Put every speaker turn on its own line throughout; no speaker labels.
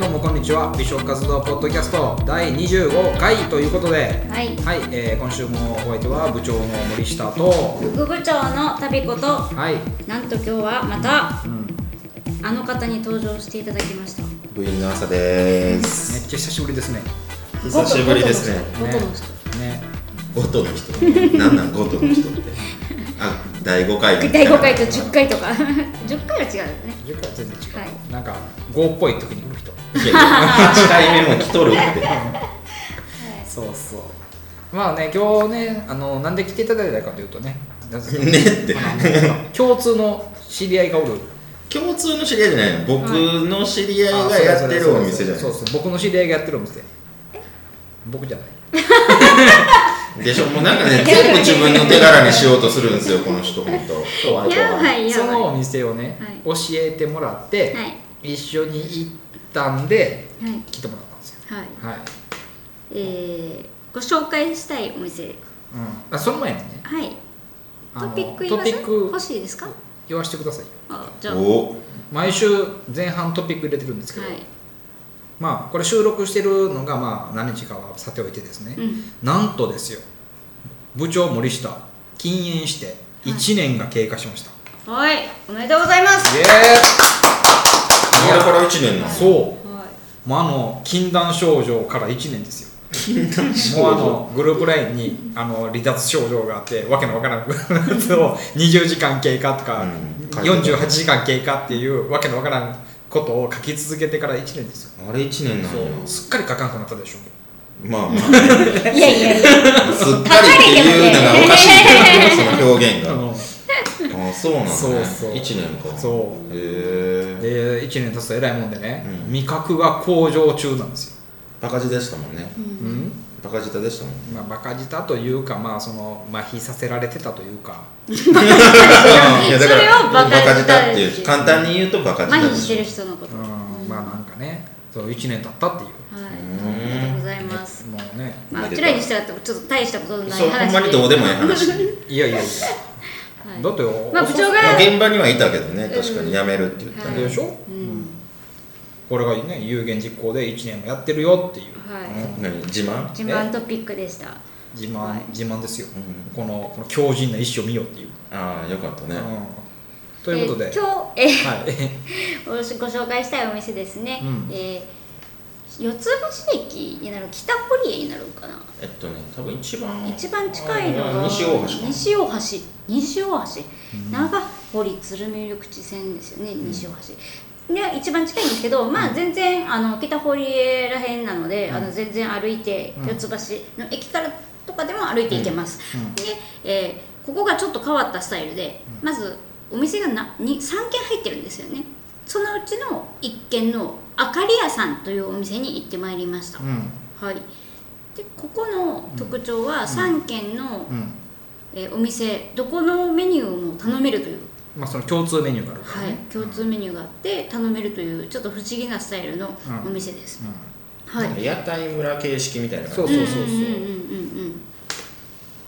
は美食活動ポッドキャスト第25回ということで、
はい
はいえー今週もお相手は部長の森下と、
副部長の旅子と
はい
なんと今日はまた
うん、めっ
あの方に登場していただきました
部員の朝です
ちゃ久しぶりですね。
久しぶりですね
元の人元の人
ね
ゴトの人なんなんゴトの人ってあ第5回
第5回と10回とか 10回は違うよね
10回は全然違う、
は
なんか GO っぽい時に来る人
いやいや8回目も来と るって
そうそうまあね今日ねあのなんで来ていただいたかというとねなぜ
ねって
あの共通の知り合いがおる
共通の知り合いじゃないの僕の知り合いがやってるお店じゃな
そうそう僕の知り合いがやってるお店僕じゃない
いでしょもうなんかね全部自分の手柄にしようとするんですよこの人本当
やばいや
そ
ばい
の
は
お店をね、教えてもらって、
は
一緒に行ったんで
いはい
来てもらったんですよ
はい
はい、
えー、ご紹介したいお店
うん、あその前にね
はい
あ
ト
の
ピック言い
ト
ま
ピ
す
ッ
欲
ク
しいですか
言わしてくださいよ
あじゃあは
お
毎週前半トピック入れてるんですけど、
い
まあこれ収録してるのがまあ何日かはさておいてですね、
うん
なんとですよ部長森下禁煙して1年が経過しました、
はいおめでとうございます
イエ
あれから1年な
ーイ
の
そう
は
もうあの禁断症状から1年ですよ
禁断症
もうあ
状
のグループラインにあの離脱症状があってわけのわからん やつを20時間経過とか、
うん
48時間経過っていうわけのわからんことを書き続けてから1年ですよ
あれ1年なのよ
すっかり書かんくなったでしょう
まあまあすっか
い
り
いやい やいや
っていうのがおかし いけどその表現
あ
が
の
あそうなんだ、ね、
そうそう
1年か
そ
へえ
で1年経つと偉いもんでね、
うん
味覚が向上中なんですよ、
バカ舌でしたもんね
うん
バカ舌でしたもんね
まあ、バカ舌というか、まあ、その麻痺させられてたというか、
いや
そ
だ
れをバカ舌
っていう簡単に言うとバカ
麻
舌
痺
で
してる
し
人のこと
うんまあなんかねそう1年経ったっていう
はい、
う
おめで
ん
とうございます。
もうね
まあ、
お
う
めで
ち
とう
らにしたらちょっと大したことの
ょ
ない
そう
話
ほんまにどうでもいい話、
いやいやいや
はい
だってよ
まあ部長が
まあ、現場にはいたけどね確かに辞めるって言ったね、
でしょ、
うん
これがね有言実行で1年もやってるよっていう
はい
何自慢
自慢トピックでした
自慢、
はい
自慢ですよ、
うん
このこの強靭な意志を見ようっていう、
ああよかった
う
ね
ん、ということで、
えー今日、えー
はい
おしご紹介したいお店ですね、
うん
えー四つ橋駅になる北堀江になるんかな
えっとね多分一番
一番近いの
あー
が
西大橋か
西大橋西大橋長堀鶴見緑地線ですよね西大橋、で一番近いんですけど、まあ、全然あの北堀江らへんなので、あの全然歩いて
うん
四つ橋の駅からとかでも歩いていけます、
うんうん
で、えーここがちょっと変わったスタイルで、まずお店がなに3軒入ってるんですよねそのうちの1軒のあかり屋さんというお店に行ってまいりました、
うん
はい、でここの特徴は3軒の、
うん
えーお店どこのメニューも頼めるという、
まあその共通メニューがあるから
は
ね、
い、共通メニューがあって頼めるというちょっと不思議なスタイルの
うん
お店です、
うん
はい
なんか屋台村形式みたいな
そう
感
そ
じ
うそうそう
うんうんうんうんうん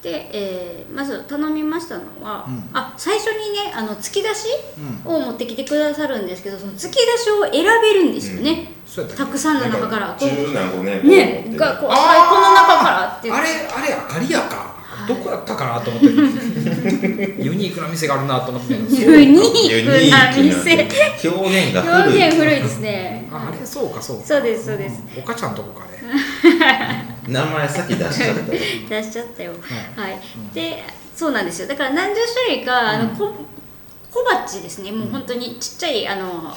で、えーまず頼みましたのは、
うん
あ最初にねあの突き出し
うん
を持ってきてくださるんですけどその突き出しを選べるんですよね、
そうやった
た
っけ
くさんの中からこ
十何個ね
うねがこうあこの中からって
あれあれあかりやか、
い
どこやったかな と思ってユニークな店があるなと思って
ユニ
ユ
ーク
ニ
な
ーク
店
な表現が古い
表現古いですね
ああれそうかそうか
そうですそうです、
んおかちゃんとこかね
名前先出しちゃったよ
出しちゃったよ
ん
はい、でそうなんですよだから何十種類かあの、
うん
こ小鉢ですねもう本当にちっちゃいあの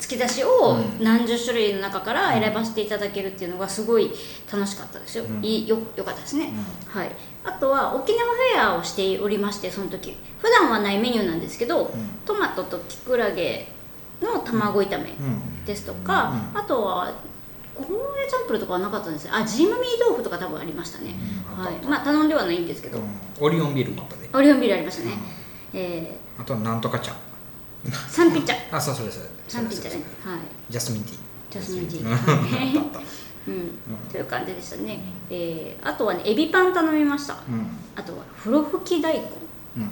突き出しを
う
何十種類の中から選ばせていただけるっていうのがすごい楽しかったですよ、
うん
いいよよかったですね、はい、あとは沖縄フェアをしておりましてその時普段はないメニューなんですけど、トマトときくらげの卵炒め、
うん
ですとか、
うん
あとはゴーヤチャンプルとかはなかったんですよあジムミー豆腐とか多分ありましたね、
うん
はい、まあ頼んではないんですけ
う
ど、
んオリオンビールもあったで
オリオンビールありましたね、え
あとはなんとか茶
ー、サンピッチャ
あそうそうです
サンピッチャねはい
ジャスミンティー
ジャスミンティ
う
ー
ん
はい
あったあっ
うんという感じでしたね、えー、あとはねエビパン頼みました、
たうん
あとは風呂吹き大根こ
うん
れ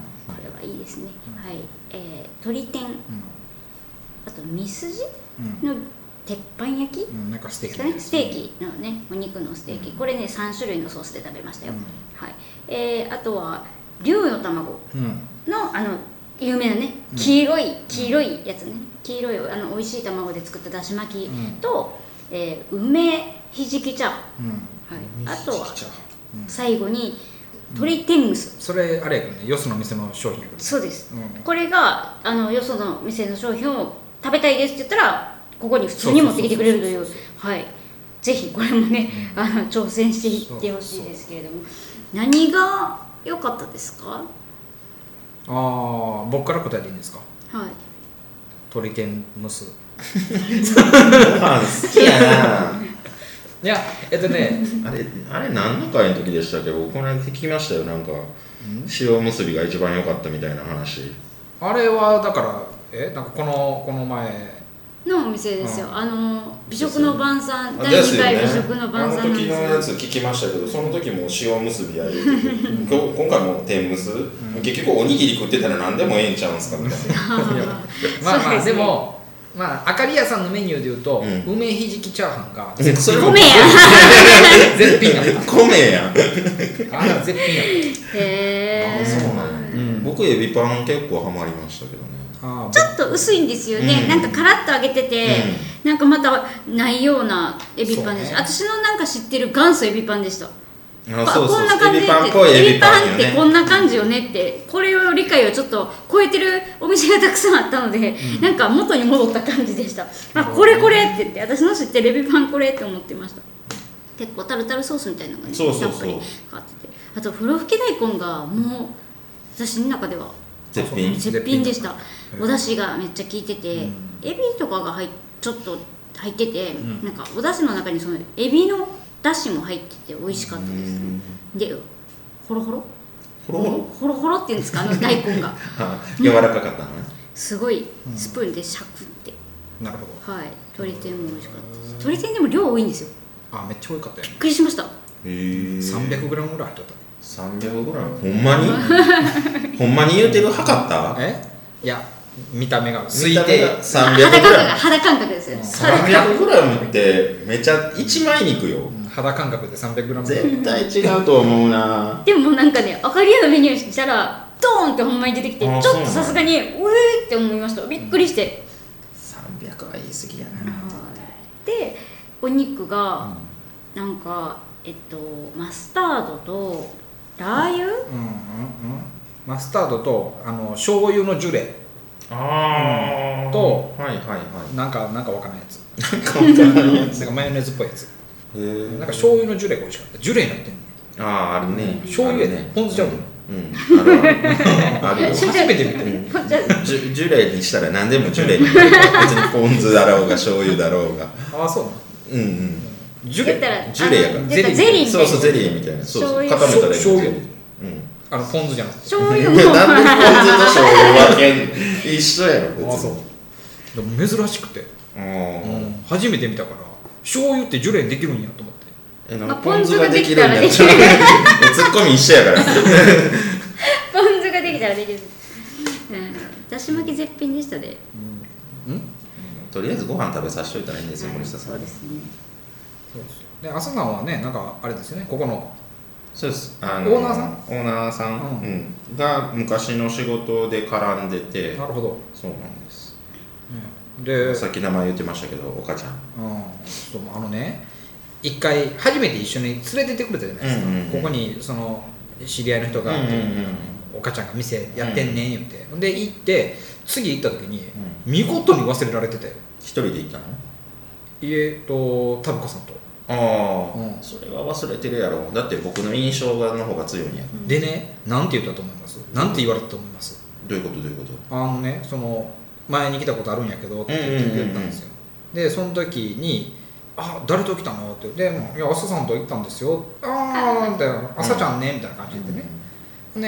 はいいですね、はい、えー、鶏天
うん
あとミスジ
うん
の鉄板焼き
うん、なんかステーキみたいです
ステーキのねお肉のステーキ、
うん
これね3種類のソースで食べましたよ、
うん
はいえー、あとは龍の卵
うん
のあの有名なね
うん
黄色い、黄色いやつね黄色いあの美味しい卵で作っただし巻きと、えー梅ひじき茶
うん、
いあとは
ちっちゃいうん
最後に鶏天むす、
それあれやけどねよその店の商品やけど
そうです
うん
これがあのよその店の商品を食べたいですって言ったらここに普通に持ってきてくれるというはいぜひこれもね、あの挑戦していってほしいですけれども何が良かったですかは
ああ僕から答えていいんですか
い
鶏天蒸す
ご飯好きやな。
いやえっとね
あれ、あれ何の回の時でしたっけ僕この間聞きましたよ、なんか。塩結びが一番良かったみたいな話。
あれはだからえなんかこのこの前
のお店ですよ、
う
あの美食の晩餐第
です
2
よ
回
ね
美食の晩餐
あ
なん
の
で
時
す
の
けど
やつ聞きましたけどその時も塩結びや言うてて今日今回も天むす、結局おにぎり食ってたら何でもええんちゃうんすかみたいな
まあま
そうで
あ
す
で
ね
もまああかりやさんのメニューで言うと、
うん
梅ひじきチャーハン が
それ
ご めんや
絶品やっ
米やん
たあれは絶品やっ
へー
あそうなんや、
うん
僕エビパン結構ハマりましたけどね
たあー
ちょっと薄いんですよね、
うん
なんかカラッと揚げてて、なんかまたないようなエビパンでし
そう
た、
ね
私のなんか知ってる元祖エビパンでした
あ
こ
そうそう
こんな感じ
エ
で
ビパンっぽいエビパンよ
エビパン
ね
ってこんな感じよねってこれを理解をちょっと超えてるお店がたくさんあったので、なんか元に戻った感じでしたあこれこれって言って私の知ってるエビパンこれって思ってました結構タルタルソースみたいなのがね
そうそうそう
たっぷりかかっててあとふろふき大根がもう私の中では
絶品
絶品でした
うん
お出汁がめっちゃ効いてて、
うん
エビとかが入っちょっと入ってて、
ん
なんかお出汁の中にそのエビの出汁も入ってて美味しかったですねでホロホロ
ほろほろ
ホロホロっていうんですかあの大根 が
あ柔らかかったのね
すごいスプーンでシャクって
なるほど
はい鶏天も美味しかったです鶏天でも量多いんですよ
あめっちゃ多かったよ
びっくりしました
へえ
300g ぐらい入っとっ
300g ほん まにほんまに言うてる測った
たえいや見た目が推
見た目
定
が
肌感覚が肌感覚
300g
ですよ
肌感覚
300g ってめちゃ一枚肉よ
うん肌感覚で 300g ぐらい
絶対違うと思うな
でもなんかね明かり屋のメニューしたらドーンってほんまに出てきてちょ
あ
っ
そうなん
と
だ
さすがにうえーって思いましたびっくりして、
300は言い過ぎやな
でお肉がなんかえっとマスタードとラー油、
うんうんうんマスタードとあの醤油のジュレ
あ
ー
とはいはいはい
なんかなんかわかんないやつ
なんかわかんないやつ
なんかマヨネーズっぽいやつ
へ
なん
ー
か醤油のジュレが美味しかったジュレになってんの
ああーあるね
醤油やね
ある
ポン酢ちゃうの
うんあ るあるあ るよ
初めて見た
うん
こっちは
ジュジュレにしたら何でもジュレになる別にポン酢だろうが醤油だろうが
ああそうなの
うんうん
ジュ
言っ
レ
たら
ジュレやから
あの言ったらゼリーみたいな
そうそうゼリーみたいなそうそ
醤
う
油
固めたらいい
醤油
うん
あのポン酢じゃなくて
醤
い
油
や
も
なんでポン酢と醤油分けんの一緒やろ別に
ああそうでも珍しくて、
あー
うん初めて見たから醤油ってジュレにできるんやと思って
えなん
まあ
かポン酢ができるんやっちゃう
ポン酢ができ
ツッコミ一緒やから
ポン酢ができたらできる、うん、だし巻き絶品でしたね
うん
とりあえずご飯食べさせといたらいいんですよ森下さん
そうですね
そうですよで朝なんはねなんかあれですよねここの
そうですあ
オーナーさん
オーナーさん、
う
うんが昔の仕事で絡んでて
なるほど、
そうなんです
ねで
さっき名前言ってましたけどおかちゃん
うん、そうあのね一回初めて一緒に連れてってくれたじゃないですか、
うんうんうん
ここにその知り合いの人が、
うんうんうん
お母ちゃんが店やってんねん言って、ほん、で行って次行った時に、見事に忘れられてたよ
一人で行ったの
家とタブコさんと、
ああ、
うん
それは忘れてるやろだって僕の印象がの方が強いんや
でねなんて言ったと思いますなんて言われたと思います、
どういうことどういうこと
あのねその前に来たことあるんやけどって言ってくれたんですよ、でその時に「あ誰と来たの?」って「でいや朝さんと行ったんですよ」「ああ」みたいな「朝ちゃんね」みたいな感じでね、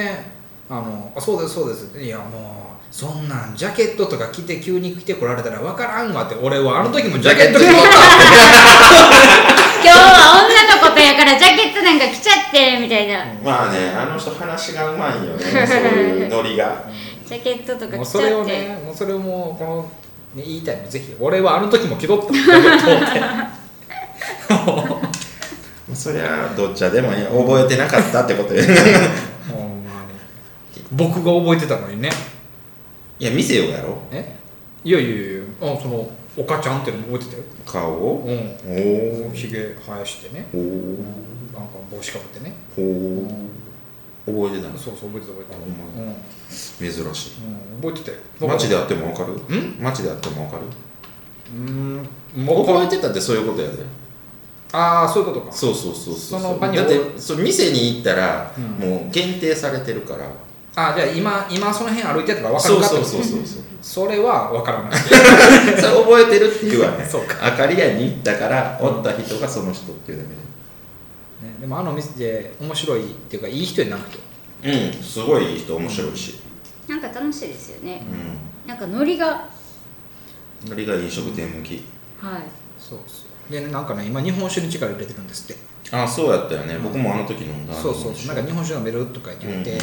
ねあのあそうですそうです」いやもうそんなんジャケットとか着て急に来てこられたら分からんわ」って俺はあの時もジャケット着とった
今日は女の子とやからジャケットなんか着ちゃってみたいな、
まあねあの人話がうま いよねそういうノリが
ジャケットと
も
か
う
着ち
それ
ゃ
を
って、
ねもうそれをもうこのね、言いたいのぜひ俺はあの時も気取 ったんだけどって
そりゃどっちゃでもいい覚えてなかったってことよ
ほんまに僕が覚えてたのにね
いや見せようやろ
えいやいやいやあそのおかちゃんっていうのも覚えて
顔
た
を、
ようん
お
お
ー
ひげ生やしてね
おー
なんか帽子かぶってね
おー覚えてたの
そうそう覚えてた覚えてた
ほ
う
んま
ん
珍し
うん、覚えてたよ
いマジであってもわかる
ん
マジであってもわかる
うんもう
覚えてたってそういうことやで
ああそういうことか
そうそうそうそ
そ
う
の場に
だってそう店に行ったら、
うん
もう限定されてるから
あーじゃあ今今その辺歩いてたら分か
そ
る
う
かって
そ
こと
うそうそう そう
それは分からない
それ覚えてるっていうわ ね
そう
あかり屋に行ったからおった人がその人っていうだ
ね、でもあの店で面白いっていうかいい人になると
けでうんすごいいい人面白いし
なんか楽しいですよね
う、ん
なんかノリが
のりが飲食店向き
はい
そうそうでなんかね今日本酒に力入れてるんですって
あそうやったよね僕もあの時飲んだ
そうそうそうなんか日本酒飲めるとか言ってて、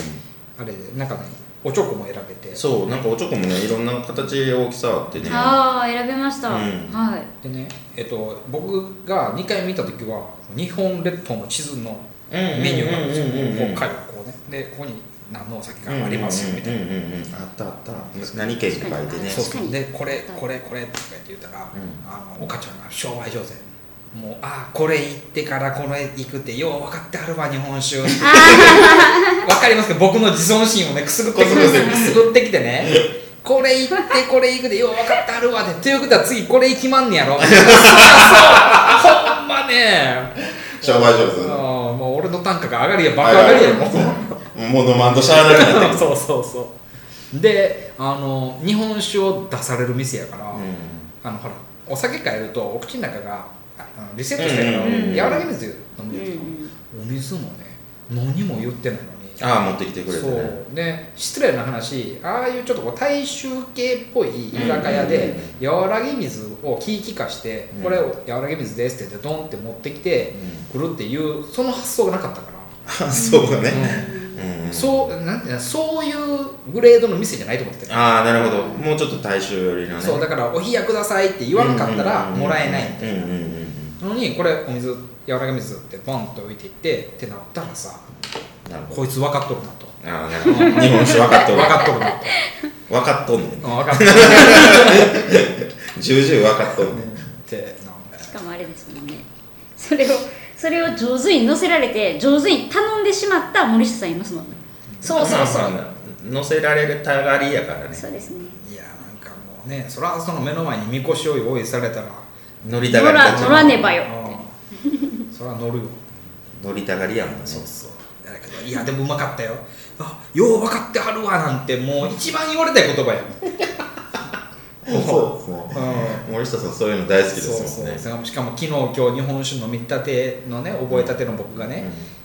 あれでなんかねおちょこも選べて
そうなんかおちょこもねいろんな形大きさあってね
ああ選べました、
うん
はい
でねえっと僕が2回見た時は日本列島の地図のメニューがあるんですよ北海道こうねでここに何のお酒がありますよみたいな、
なあったあった何県って書いてね
そう
確か
そう
に
でこれこれこれとか言って言ったら、
うん
あのお母ちゃんが商売上手もうあーこれ行ってからこの絵行くってよう分かってあるわ日本 酒分かりますけど僕の自尊心をねくすぐってくるんですよくすぐってきてねこれ行ってこれ行くでよう分かってあるわでということは次これ行きまんねや ろそうそうほんまね
商売上手
うんもう俺の単価が上がりやバカ上がりやもう
もう飲まんとしゃあなくなって る
そうそうそうであの日本酒を出される店やから、
う
あのほらお酒変えるとお口の中があのリセットしてから
うんうん
うん
柔らかい水飲
う
む
ん
じゃな
う
いですか、
ん
お水もね何も言ってないのに
んああ持ってきてくれて
そ
ね
うで失礼な話ああいうちょっとこう大衆系っぽい居酒屋で柔らぎ水をキーキカして、
うん
これを柔らぎ水ですって言ってドンって持ってきてくるっていうその発想がなかったから、
あそうだねうん
そうなんていうのそういうグレードの店じゃないと思ってた
ああなるほどもうちょっと大衆寄りのね
そうだからお冷やくださいって言わなかったらもらえないみたいな
うんうんうんうん
のにこれお水柔らかい水ってボンと置いていってってなったらさ
なるほど
こいつ分かっとるなと
ああなるほど日本酒分かっとる
分かっとるなと
分かっとんねん
分かっとるなっ
重々分かっとんねん
てなんだよ
しかもあれですもんねそれをそれを上手に乗せられて上手に頼んでしまった森下さんいますもんねそうそうそう、
まあまあ乗せられるたがりやからね
そうですね
いやなんかもうねそらその目の前にみこしを用意されたら
乗りた
乗
がり
ら
たち
乗らねばよ
うんそら乗るよ
乗りたがりやもんね
そうそうだけどいやでもうまかったよあよう分かってはるわなんてもう一番言われたい言葉や
そうですね
う
森下さんそういうの大好きで
そう
す
そ
もんね
うしかも昨日今日日本酒飲みたてのね覚えたての僕がね、うん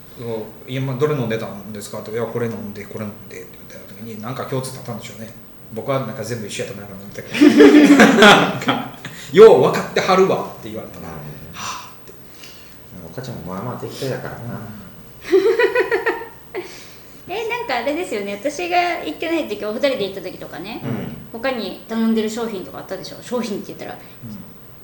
今どれ飲んでたんですか?」って「いやこれ飲んでこれ飲んで」って言った時に何か共通だったんでしょうね僕はなんか全部一緒やと思いながら飲んでた けどなんか「よう分かってはるわ」って言われたら「は
お母ちゃんもまあまあ適当やから
あ」
な
えなんかあれですよね私が行ってない時お二人で行った時とかね、
うん
他に頼んでる商品とかあったでしょ商品って言ったら、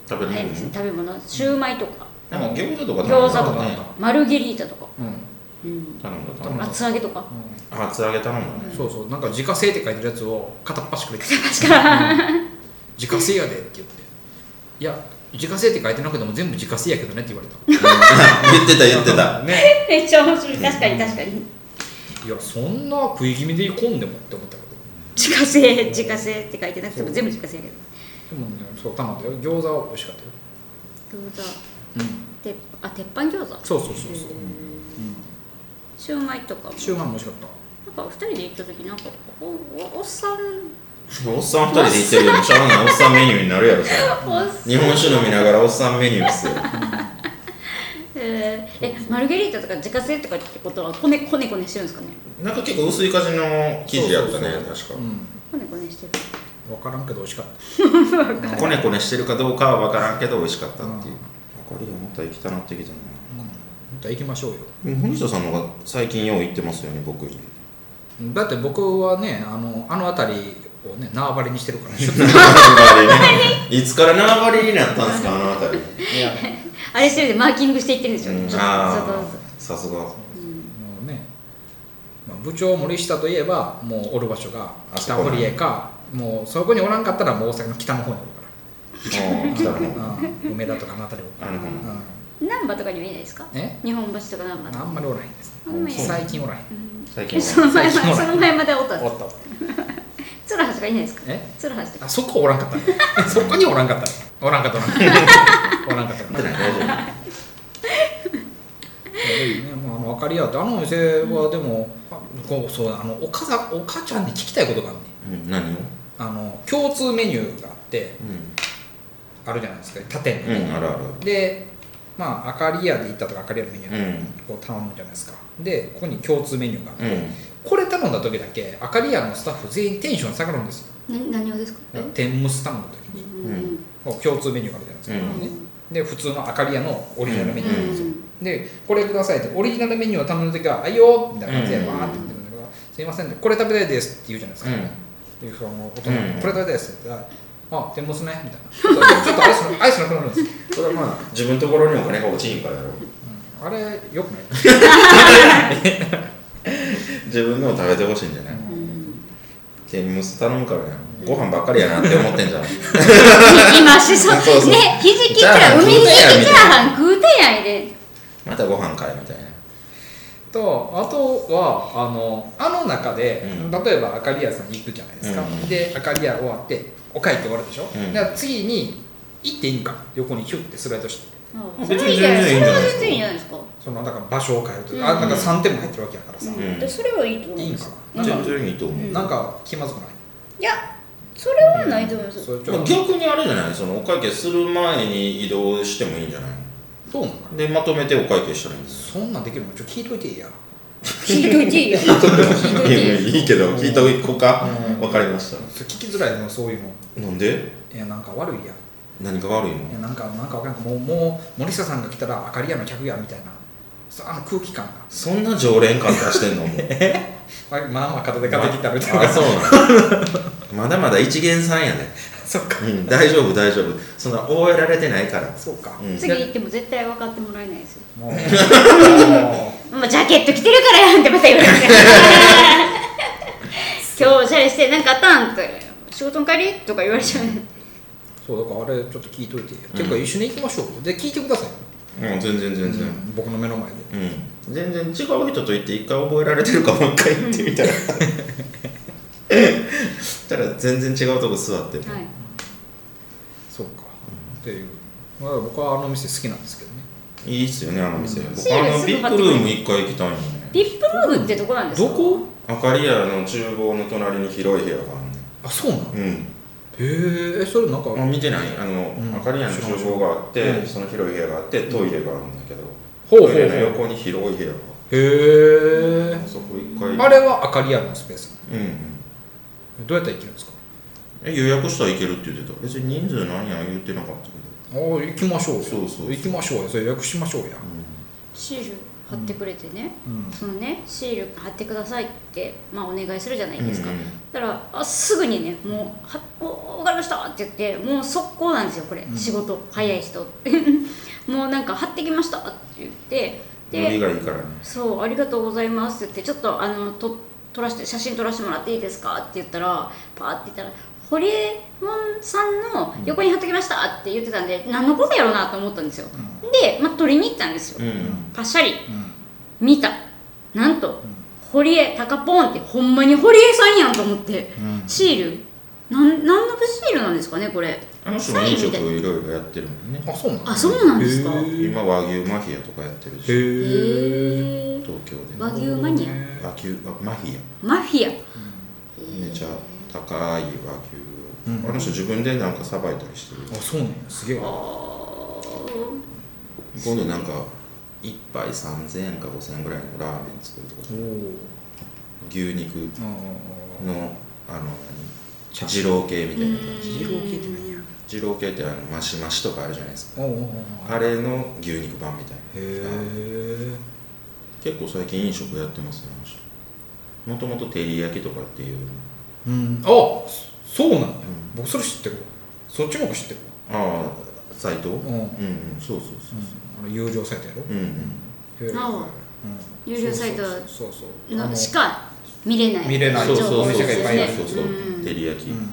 食べる
あ
も
れ
ん
ですね
ね
食べ物シューマイとか
でも餃子とか
餃子と
頼んだね
かマルゲリータとか、
うん、うん
うん、
頼んだ頼んだ
厚揚げとか
あ厚揚げ頼んだね
そうそうなんか自家製って書いてるやつを片っ端くれてた
確か
うん自家製やで」って言って「いや自家製って書いてなくても全部自家製やけどね」って言われ た
言って た言ってた
ね
めっちゃ面白い確かに確かに
いやそんな食い気味でいこんでもって思ったけど
自家製自家製って書いてなくても全部自家製やけ
でも、ね、そう頼んだよ餃子は美味しかったよ、
ど餃子
うん、
てあ鉄板餃
そう
子
そうそうそう、
シューマイとかも
シューマイも美味しかった
なんか二人で行った時なんかおおおっさん
おっさん二人で行ってるよりもしゃあないおっさんメニューになるやろさ
おっさん
日本酒飲みながらおっさんメニューですよ
えーえマルゲリータとか自家製とかってことはこねこねこねしてるんですかね
なんか結構薄い感じの生地やっ
そ
たね
う
確
う
か
こねこねして
ん、
る
分からんけど美味しかった
こねこねしてるかどうかは分からんけど美味しかったっていう分かるよまた行きたなってきたな
また行きましょうよ
森下さんの方が最近よう行ってますよね僕に
だって僕はねあのあの辺りをね縄張りにしてるからちょっと
縄張りねいつから縄張りになったんですかあの辺り
いや
あれしてるでマーキングしていってるんですよね、ちょっとちょっと
あ
ず
あさ
つ、
すが
うん
もうね、まあ、部長森下といえばもうおる場所が
あそ
北
こね
堀江かもうそこにおらんかったらもう大阪の北の方に
うん
おる
北
か
の
ら、
方
うん梅田とかあの辺りおるか
あ
ら、
の
う
方
ん、
難波とかにはいないですか
え
日本橋とか難波と
あ
か
んまりおらへんです
あんまり
最近おらへん
うん
最近
えその前ま
最近は
その前までおったん
お
で
ったおった
す鶴橋とかいないですか
え
鶴橋とか
あそこおらんか ったねそこにおらんかったねおらんか ったおらんかったおらんかった
待ってない大丈夫
いやでもね、まあ、あの分かり合ってあのお店はでも、あこうそうあのおかざお母ちゃんに聞きたいことがあるね
うん何を
あの共通メニューがあって
う
あるじゃないですか他店の、
ん、うん、あるある
でまあ明かり屋で行ったとか明かり屋のメニュ
う
ー
ん
を頼むじゃないですかでここに共通メニューがあって、
うん
これ頼んだ時だけ明かり屋のスタッフ全員テンション下がるんですよ
な何をですかえ
天むす頼んだ時
う
に
んうん
こう共通メニューがあるじゃないですか、
うん
ねで普通の明かり屋のオリジナルメニューなんですよ、
うん
でこれくださいってオリジナルメニューを頼んだ時は「あいよ」みたいな感じで
うん
バーって言ってるんだけど「すいません」って「これ食べたいです」って言うじゃないですか、っていうその大人が
うん
これ食べたいです」って言ったら「あ天むすね」みたいなちょっとちょっとアイス のアイスなくなるんですよ、
それはまあ自分のところにお金が落ちひんからやろ
うんあれよくない
自分のを食べてほしいんじゃない
うん
天むす頼むからねご飯ばっかりやなって思ってんじゃん
今しそ
そうそう
ねひじきチャーハン
チャーハン
海ひじきチャーハン
食
食うてんやんで
またご飯かいみたいな
とあとはあのあの中で、
うん
例えばあかり屋さんに行くじゃないですか、
うん
であかり屋終わってお会計終わるでしょ、
うん
だから次に行っていいんか横にヒュッてスライドして
それはいいじゃないそれは全然いいんじゃないですか
そのだから場所を変えると、
うん
あなんか3点も入ってるわけやからさ、
ん
でそれはいいと思
いい
い
ん
ま
か
す
な、
うん
全然いいと思う、
うん
なんか気まずくない
いやそれはないと思います
それち
ま
ょ
あ
っと
逆にあれじゃないそのお会計する前に移動してもいいんじゃない
どうなのかな
でまとめてお会計したらい いんです
そんなんできるのちょっと聞いといていいや
聞いといていいよ聞いといていいよ
いいけど聞いとこうか
うん
わかりまし
それ聞きづらいのそういうの
たなんで
いやなんか悪いや
何が悪いの
いやなんかなんかわかんないもうもう森下さんが来たらあかり屋の客やみたいなさあの空気感が
そんな常連感出してんのもう
あまあまあ片手片手切ったみたいな、
あそうなのまだまだ一元さんやね
そっか
うん大丈夫大丈夫そんな覚えられてないから
そうか、
うん
次行っても絶対分かってもらえないですよ
もうも
まあ、ジャケット着てるからやんってまた言わ れて今日おしゃれしてなんかあったんって仕事の帰りとか言われちゃう
うそうだからあれちょっと聞いといて、ていうか一緒に行きましょうで聞いてください
うん全然
う
全然
ん僕の目の前で
うん全然違う人と言って一回覚えられてるかもう一回言ってみたらしたら全然違うとこ座っても
はい
そうか、っていう、まあ、僕はあの店好きなんですけどね
いいっすよねあの店僕
シール
あの
すぐ
ビ
貼
ッ
って
グ
く
ル
れる
ーム一回行きたいよね
ビップルームってとこなんですか
どこ
明かり屋の厨房の隣に広い部屋があるね
あそうなのへ
うん
ええそれなんか、
あ見てないあの、
うん
明かり屋の厨房があって、
うん
その広い部屋があってトイレがあるんだけど、
ほうほう
ト
ほ
イレの
う
横に広い部屋が
へえ
あそこ一回
あれは明かり屋のスペース
うんうん
どうやったら行けるんですか
え予約したらいけるって言ってた別に人数何や言ってなかったけど、
ああ行きましょうよ
そうそうそう
行きましょうよそれ予約しましょうや、
シール貼ってくれてね、
うん
そのねシール貼ってくださいって、まあ、お願いするじゃないですか、
うんうん
だからあすぐにねもうはお「分かりました」って言ってもう速攻なんですよこれ、
ん
仕事早い人 もうなんか貼ってきましたって言って
ノリがいいからね
そう「ありがとうございます」って言って「ちょっとあのと撮らして写真撮らせてもらっていいですか?」って言ったらパーって言ったら「堀江門さんの横に貼っときました」って言ってたんで、何のことやろうなと思ったんですよ、で、まあ、撮りに行ったんですよ、
うん、
パシャリ
うん
見たなんと、堀江タカポンってほんまに堀江さんやんと思って、
うん
シールなん何のシールなんですかねこれ
あの人も
サイン
飲
み
食
たい
いろいろやってるもんね
あそうなの
あそうなんですか
へー
今和牛マフィアとかやってるし東
へえ
へー
京で
和
和
牛マニア
牛あマフィ
マフィア
アめちゃ高い和牛
うん
あの人自分でなんかさばいたりしてる
あそうなんやすげえわ
今度なんか一杯3000円か5000円ぐらいのラーメン作るとか
おお
牛肉
あ
のあの何二郎系みたいな感
あ
じ
二郎系って何や
二郎系ってあのマシマシとかあるじゃないですか
おうおうおう
あれの牛肉版みたい
へ
な
え
結構最近飲食やってますねもともと照り焼きとかっていう
うんあそうなんや、僕それ知ってるわそっちの方が知ってる
ああサイトうん
わ、うん
うんそうそうそう
あの有料サイトやろ、
そううんうん
へー
ああ
うん
有料サイト
そうそうそうそうあ
の
の
しか見れない
見れない
そうそうそう
お
そう
店がいっぱいある
そうそ
う
う
ん
照り焼き
うん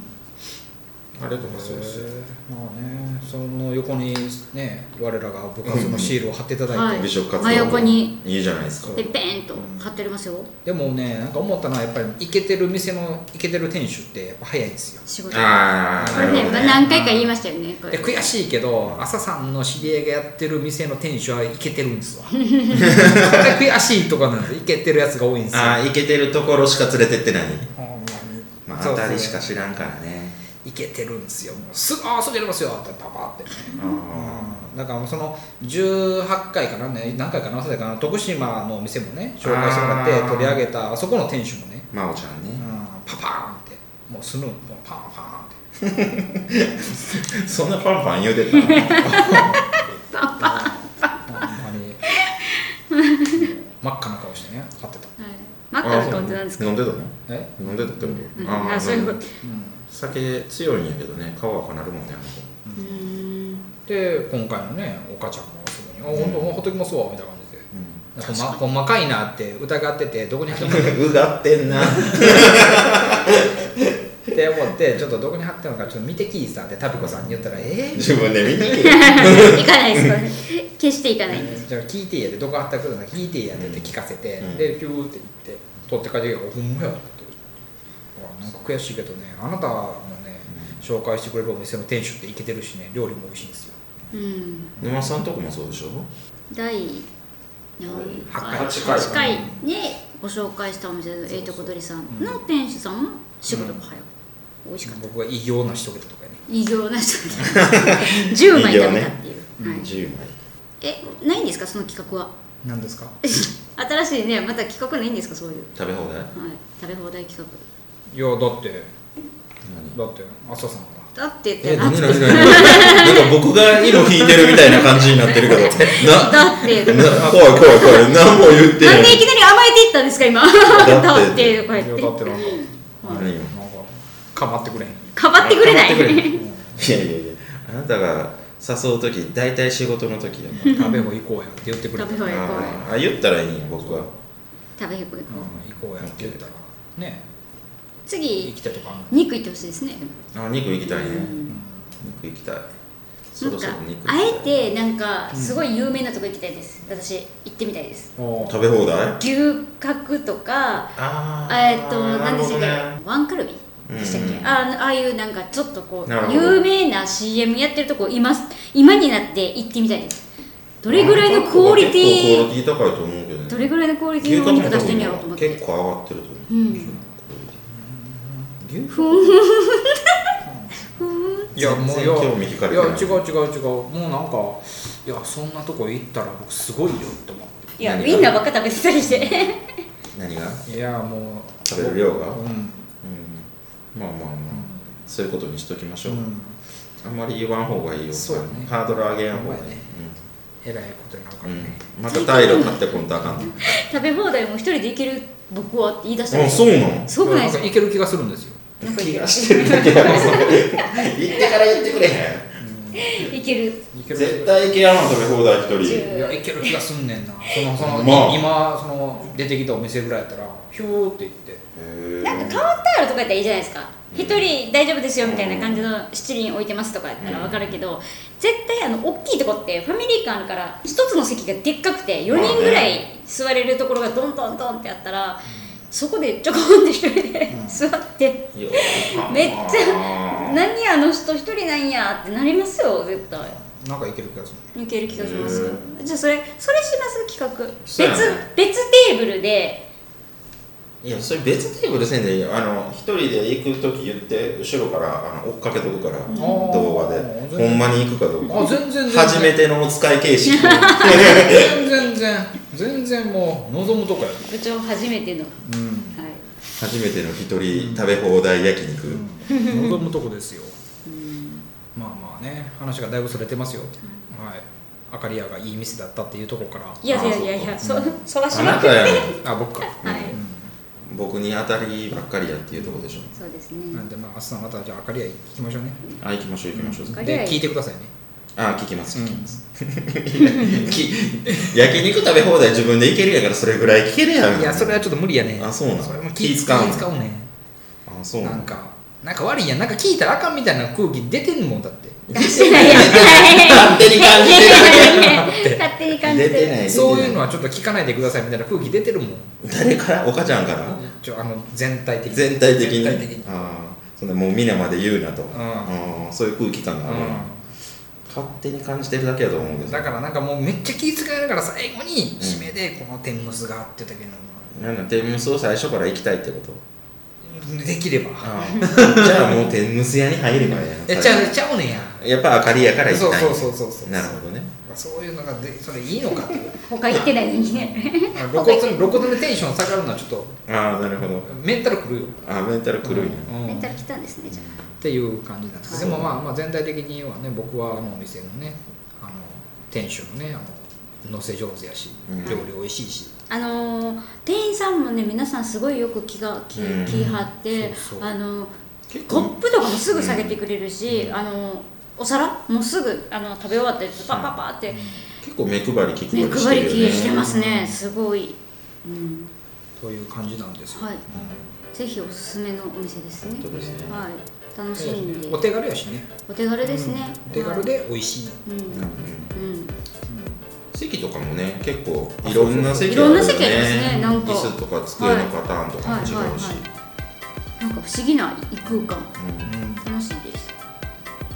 あれとかそうですよ
まあねその横にね我らが部活のシールを貼っていただいて、
はい
美食活動
真横に
いいじゃないですか
でペーンと貼ってありますよ
でもねなんか思ったのはやっぱりイケてる店のイケてる店主ってやっぱ早いんですよ
仕事
ああ
こ
なる
れ
ほど
ね
ね
何回か言いましたよねこれ
で悔しいけど朝さんの知り合いがやってる店の店主はイケてるん ですわこれ悔しいとかなんですよイケてるやつが多いんですよ
ああいけてるところしか連れてってない
ほんまに
まあ
そう
当
そう
たりしか知らんからね
イケてるんですよもうすぐ「ああそれやりますよ」ってパパってね
あ
うんだからもうその18回かなね何回かな忘れたかな徳島のお店もね紹介してもらって
あー
取り上げたあそこの店主もね、
あ真央ちゃん
うん
ね、
パパーンってもうスヌープもパンパンって
そんなパンパン言うて たの
ほんまに真っ赤な顔してね買ってた
はいマッカの顔って何ですか
飲んでたの
え
飲んでたってこ
うん
とー
あそういうこと
うん
酒強いんやけどね顔赤なるもんねあの子
うーん
で今回のねお母ちゃんもすぐに「あ本当もうほっときますわ」みたいな感じで。ほんまほんまかいなって疑っててどこに貼ってもらっ
うがって んな
て思ってちょっとどこに貼ってんのかちょっと見てきいさってタピコさんに言ったら「えー?」
自分で見 に行けよ
行かないですこれ決して行かないんです
じゃあ聞いてやでどこあったら来るの聞いてやでって聞かせて、
うん
でピューって言って取って帰ってきたからほんまやってあなんか悔しいけどねあなたのね紹介してくれるお店の店主ってイケてるしね料理も美味しいんですよ
うん
沼さんとこもそうでしょ
第何回
八回
八回にご紹介したお店のええとこ取りさんの店主さんも仕事が早く美味しかった
僕は異様な人桁とかね
異常な人だ10枚食べたっていうはい
10枚
えないんですかその企画は
何ですか
新しいねまた企画ないんですかそういう、
食べ放題
はい、食べ放題企
いやだって
何
だって朝さんが
画だってって
え
なっ
何
て
何何なんか僕が色引いてるみたいな感じになってるけどな
だって
な怖い怖い怖い何も言って
なんでい
へ
きなり甘えていったんですか今
だ
だ
っ
っててこうやっ
いやだっててなんか
ん
なん
何よ
かかまってくれへん
かばってくれない
かばってくれいやいやいやあなたが誘う時大体仕事の時やか
食べも行こうやって言ってくれた
食べ放
う
題
ん
行
ら
こうや
あーあ言ったらいいんや僕は
食べへこいこ
行
う
こうやって言ったらね行
次
きたいとかあんの
肉いってほしいですね
あ肉行きたいね
うん
肉行きたいそ
な
ろ
ん
そ
か
ろ肉行きた
あ
い
えてなんかすごい有名なとこ行きたいです私行ってみたいです
おー
食べ放題
牛角とか
あ
えーっと何でしたっけ、
なるほどね
ワンカルビでしたっけ、
うん
あああいうなんかちょっとこ
なる
う
ほど
有名な CM やってるとこ今す今になって行ってみたいですどれぐらいのクオリテ
結構クオ
ィ
リティ高いと思うけどね
どれぐらいのクオリティのお肉出してんやろうと思って
結構上がってると思う、
うん
牛
ふーん
いやもういや
全然興味惹かれ
い
て
や
ない
違う違う違うもうなんかいやそんなとこ行ったら僕すごいよって思っ
いや
何が
みんなばっか食べてたりして
何が
ていやもう
食べる量が
う
うんんまあまあまあ、そういうことにしときましょう、
うん
あんまり言わん方がいいよ
そうね
ハードル上げん方がいい、
ほんまやねえらいことになるか
う
ら
ん
ね、
うん、またタイル買ってこんとあかんの
食べ放題も一人で行ける僕はって言い出したん
あ
です
そうなん
すごくないです
ん
か
かいける気がするんですよ
なんかい
気
ける
がしてるだけやろそれ言ってから言ってくれへん
いける
いける
絶対いけやん食べ放題一人
いやいける気がすんねんなそのその、
まあ
今その出てきたお店ぐらいやったらヒューって行って
へ
なんかカウ
ー
ンターとかやったらいいじゃないですか一人大丈夫ですよみたいな感じの七輪置いてますとかやったら分かるけど絶対あの大きいとこってファミリー感あるから一つの席がでっかくて4人ぐらい座れるところがどんどんどんってあったらそこでちょこんで一人で座って
いや
めっちゃ何あの人一人なんやってなりますよ絶対
なんかいける気 がする
抜ける気がします
へ
じゃあそれそれします企画
そうやね
別別テーブルで
いやそれ別テーブルせんでいいよあの一人で行く時言って後ろからあの追っかけとくから動画
あ
で
ー
ほんまに行くかどうか
あ全然全然
初めてのお使い 形式
全然全然全然もう望むとこやで
部長初めての、は
うん
い
初めての一人食べ放題焼肉、
うん望むとこですよ
うん
まあまあね話がだいぶそれてますよ、はいあかりやがいい店だったっていうところから
いやいやいやいや、そ、そわし
あ
ま
な
く
た
は
やん
あ僕か
い。
僕に当たりばっかりやっていうところでしょ
そうですね、
なんでまあ明日またじゃああかりあ行きましょうね
あ行きましょう行きましょう、
うん
で聞いてくださいね
あ聞きます
うん
聞きます、き焼肉食べ放題自分で行けるやからそれぐらい聞けるやん
いやそれはちょっと無理やね
あそうなん
それも
気使うの
気使うね
あそう
なんかなんか悪いやんなんか聞いたらあかんみたいな空気出てんもんだって
出してないやん
勝手に感じて
る
勝手に感じてる
出てない
そういうのはちょっと聞かないでくださいみたいな空気出てるもん
誰からお母ちゃんから
ちょあの全体的に
全体的に
全体的に
あーそんなもう皆まで言うなと、
ん
あーそういう空気感があるな、勝手に感じてるだけやと思うけ
うん
ど
だからなんかもうめっちゃ気遣いながら最後に
ん
締めでこの天むすがって言ったけど
なんだ天むすを最初から行きたいってこと
できれば
あーじゃあもう天むす屋に入ればええ
え
やん
ちゃうちゃうねんや
やっぱ明かりやから行きたい
そうそうそうそうそう
なるほどね
そういうのがでそれいいのかっていう
他行ってないのにね
あ露骨に露骨にテンション下がるのはちょっと
ああなるほど
メンタルくるよ、
あメンタル狂いな、
うん
メンタル
っ
来たんですねじゃ
ていう感じなんですけど、
はい
でもまあまあ全体的にはね僕はあのお店のねあの店主のねあののせ上手やし、
うん
料理美味しいし
ああのー店員さんもね皆さんすごいよく気が気
うん
気張って、
そうそう
あのー
結
コッ
構
プとかもすぐ下げてくれるし、あのーお皿もすぐあの食べ終わったやつパッパッパッって
結構目配り気配
目
りして
配り
るよね
気してます
う
ね
ん
すごい、うん、
という感じなんですよ、
はい
うん
ぜひおすすめのお店ですね
本当ですね
はい楽しんで
お手軽やしね
お手軽ですね、
うんお手軽で美味しい、
はい、うん
うんうん
うん
席とかもね結構いろんな席
いろんな席ありますねなんか
椅子とか机のパターンとかも違うし、
はいはいはいなんか不思議な異空間
う
う
ん
んうん
楽しいです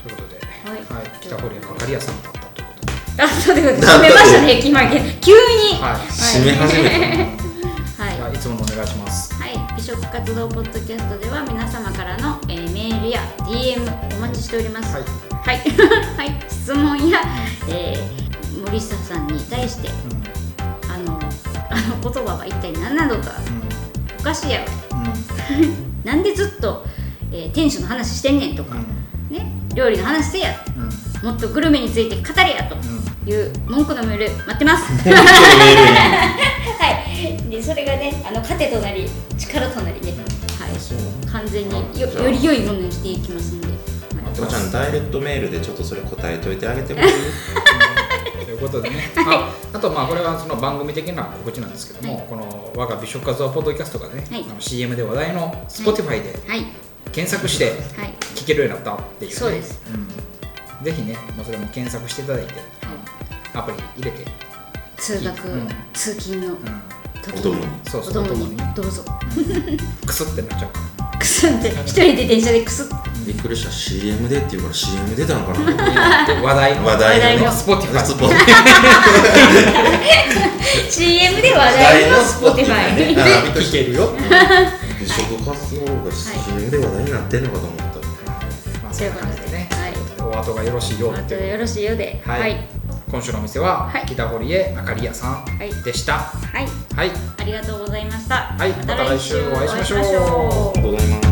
ということで、
はい
北堀のあかりやさんだったということで、
あ、そうでご ざいます。めましたね、今、急に。は
はい
締め始めた、
じゃあいつものお願いします
い、はい、美食活動ポッドキャストでは、皆様からの、えーメールや DM お待ちしております。
は
はいい、はい、 質問や、えー森下さんに対して、
うん
あの、あの言葉は一体何なのか、おかしいやろ。
うん
なんでずっと、えー店主の話してんねんとか、ね、料理の話せや、
うんうん
もっとグルメについて語れやと。
うん
いう文句のメール待っ てます。はい。でそれがねあの糧となり力となりね、はい。完全によ
じゃあ
より良いものにしていきますので。
待って
お
ま
ばちゃ
す
んダイレクトメールでちょっとそれ答えといてあげてもらえる
ということでね、ああとまあこれはその番組的な告知なんですけども、
は
この我が美食活動ポッドキャストがね、
はい
あの CM で話題の Spotify で
はい
検索して
はい。
聴けるようになったっていう、ね
そうです、
うんぜひね、まあ、それも検索していただいてアプリ入れて、
通学、
うん
通勤
う
の時
お供に
そうそう
お供
お供に
に
ね
どうぞ。
ん、クスってなっちゃうか
くすんで一人で電車で くすっ。
びっくりした CM でっていうから CM 出たのかな
ら、で話題の
話題の
話題の Spotify
スポティファ
CM で話題の Spotify
ね。 あーびっくり
聴
し
けるよ、
た美食活動が CM で話題になってんのかと思った、
まあ、そんな感じでね、
はい
お後がよろしいよう
あ
で
と
という
よろしいようで。
はい、
はい。
今週のお店は、
はい
北堀江あかり屋さ
はい
んでした、
はい
はい
ありがとうございました。
はいまた来週お会いしましょう
お会いしましょう
ありがとうございます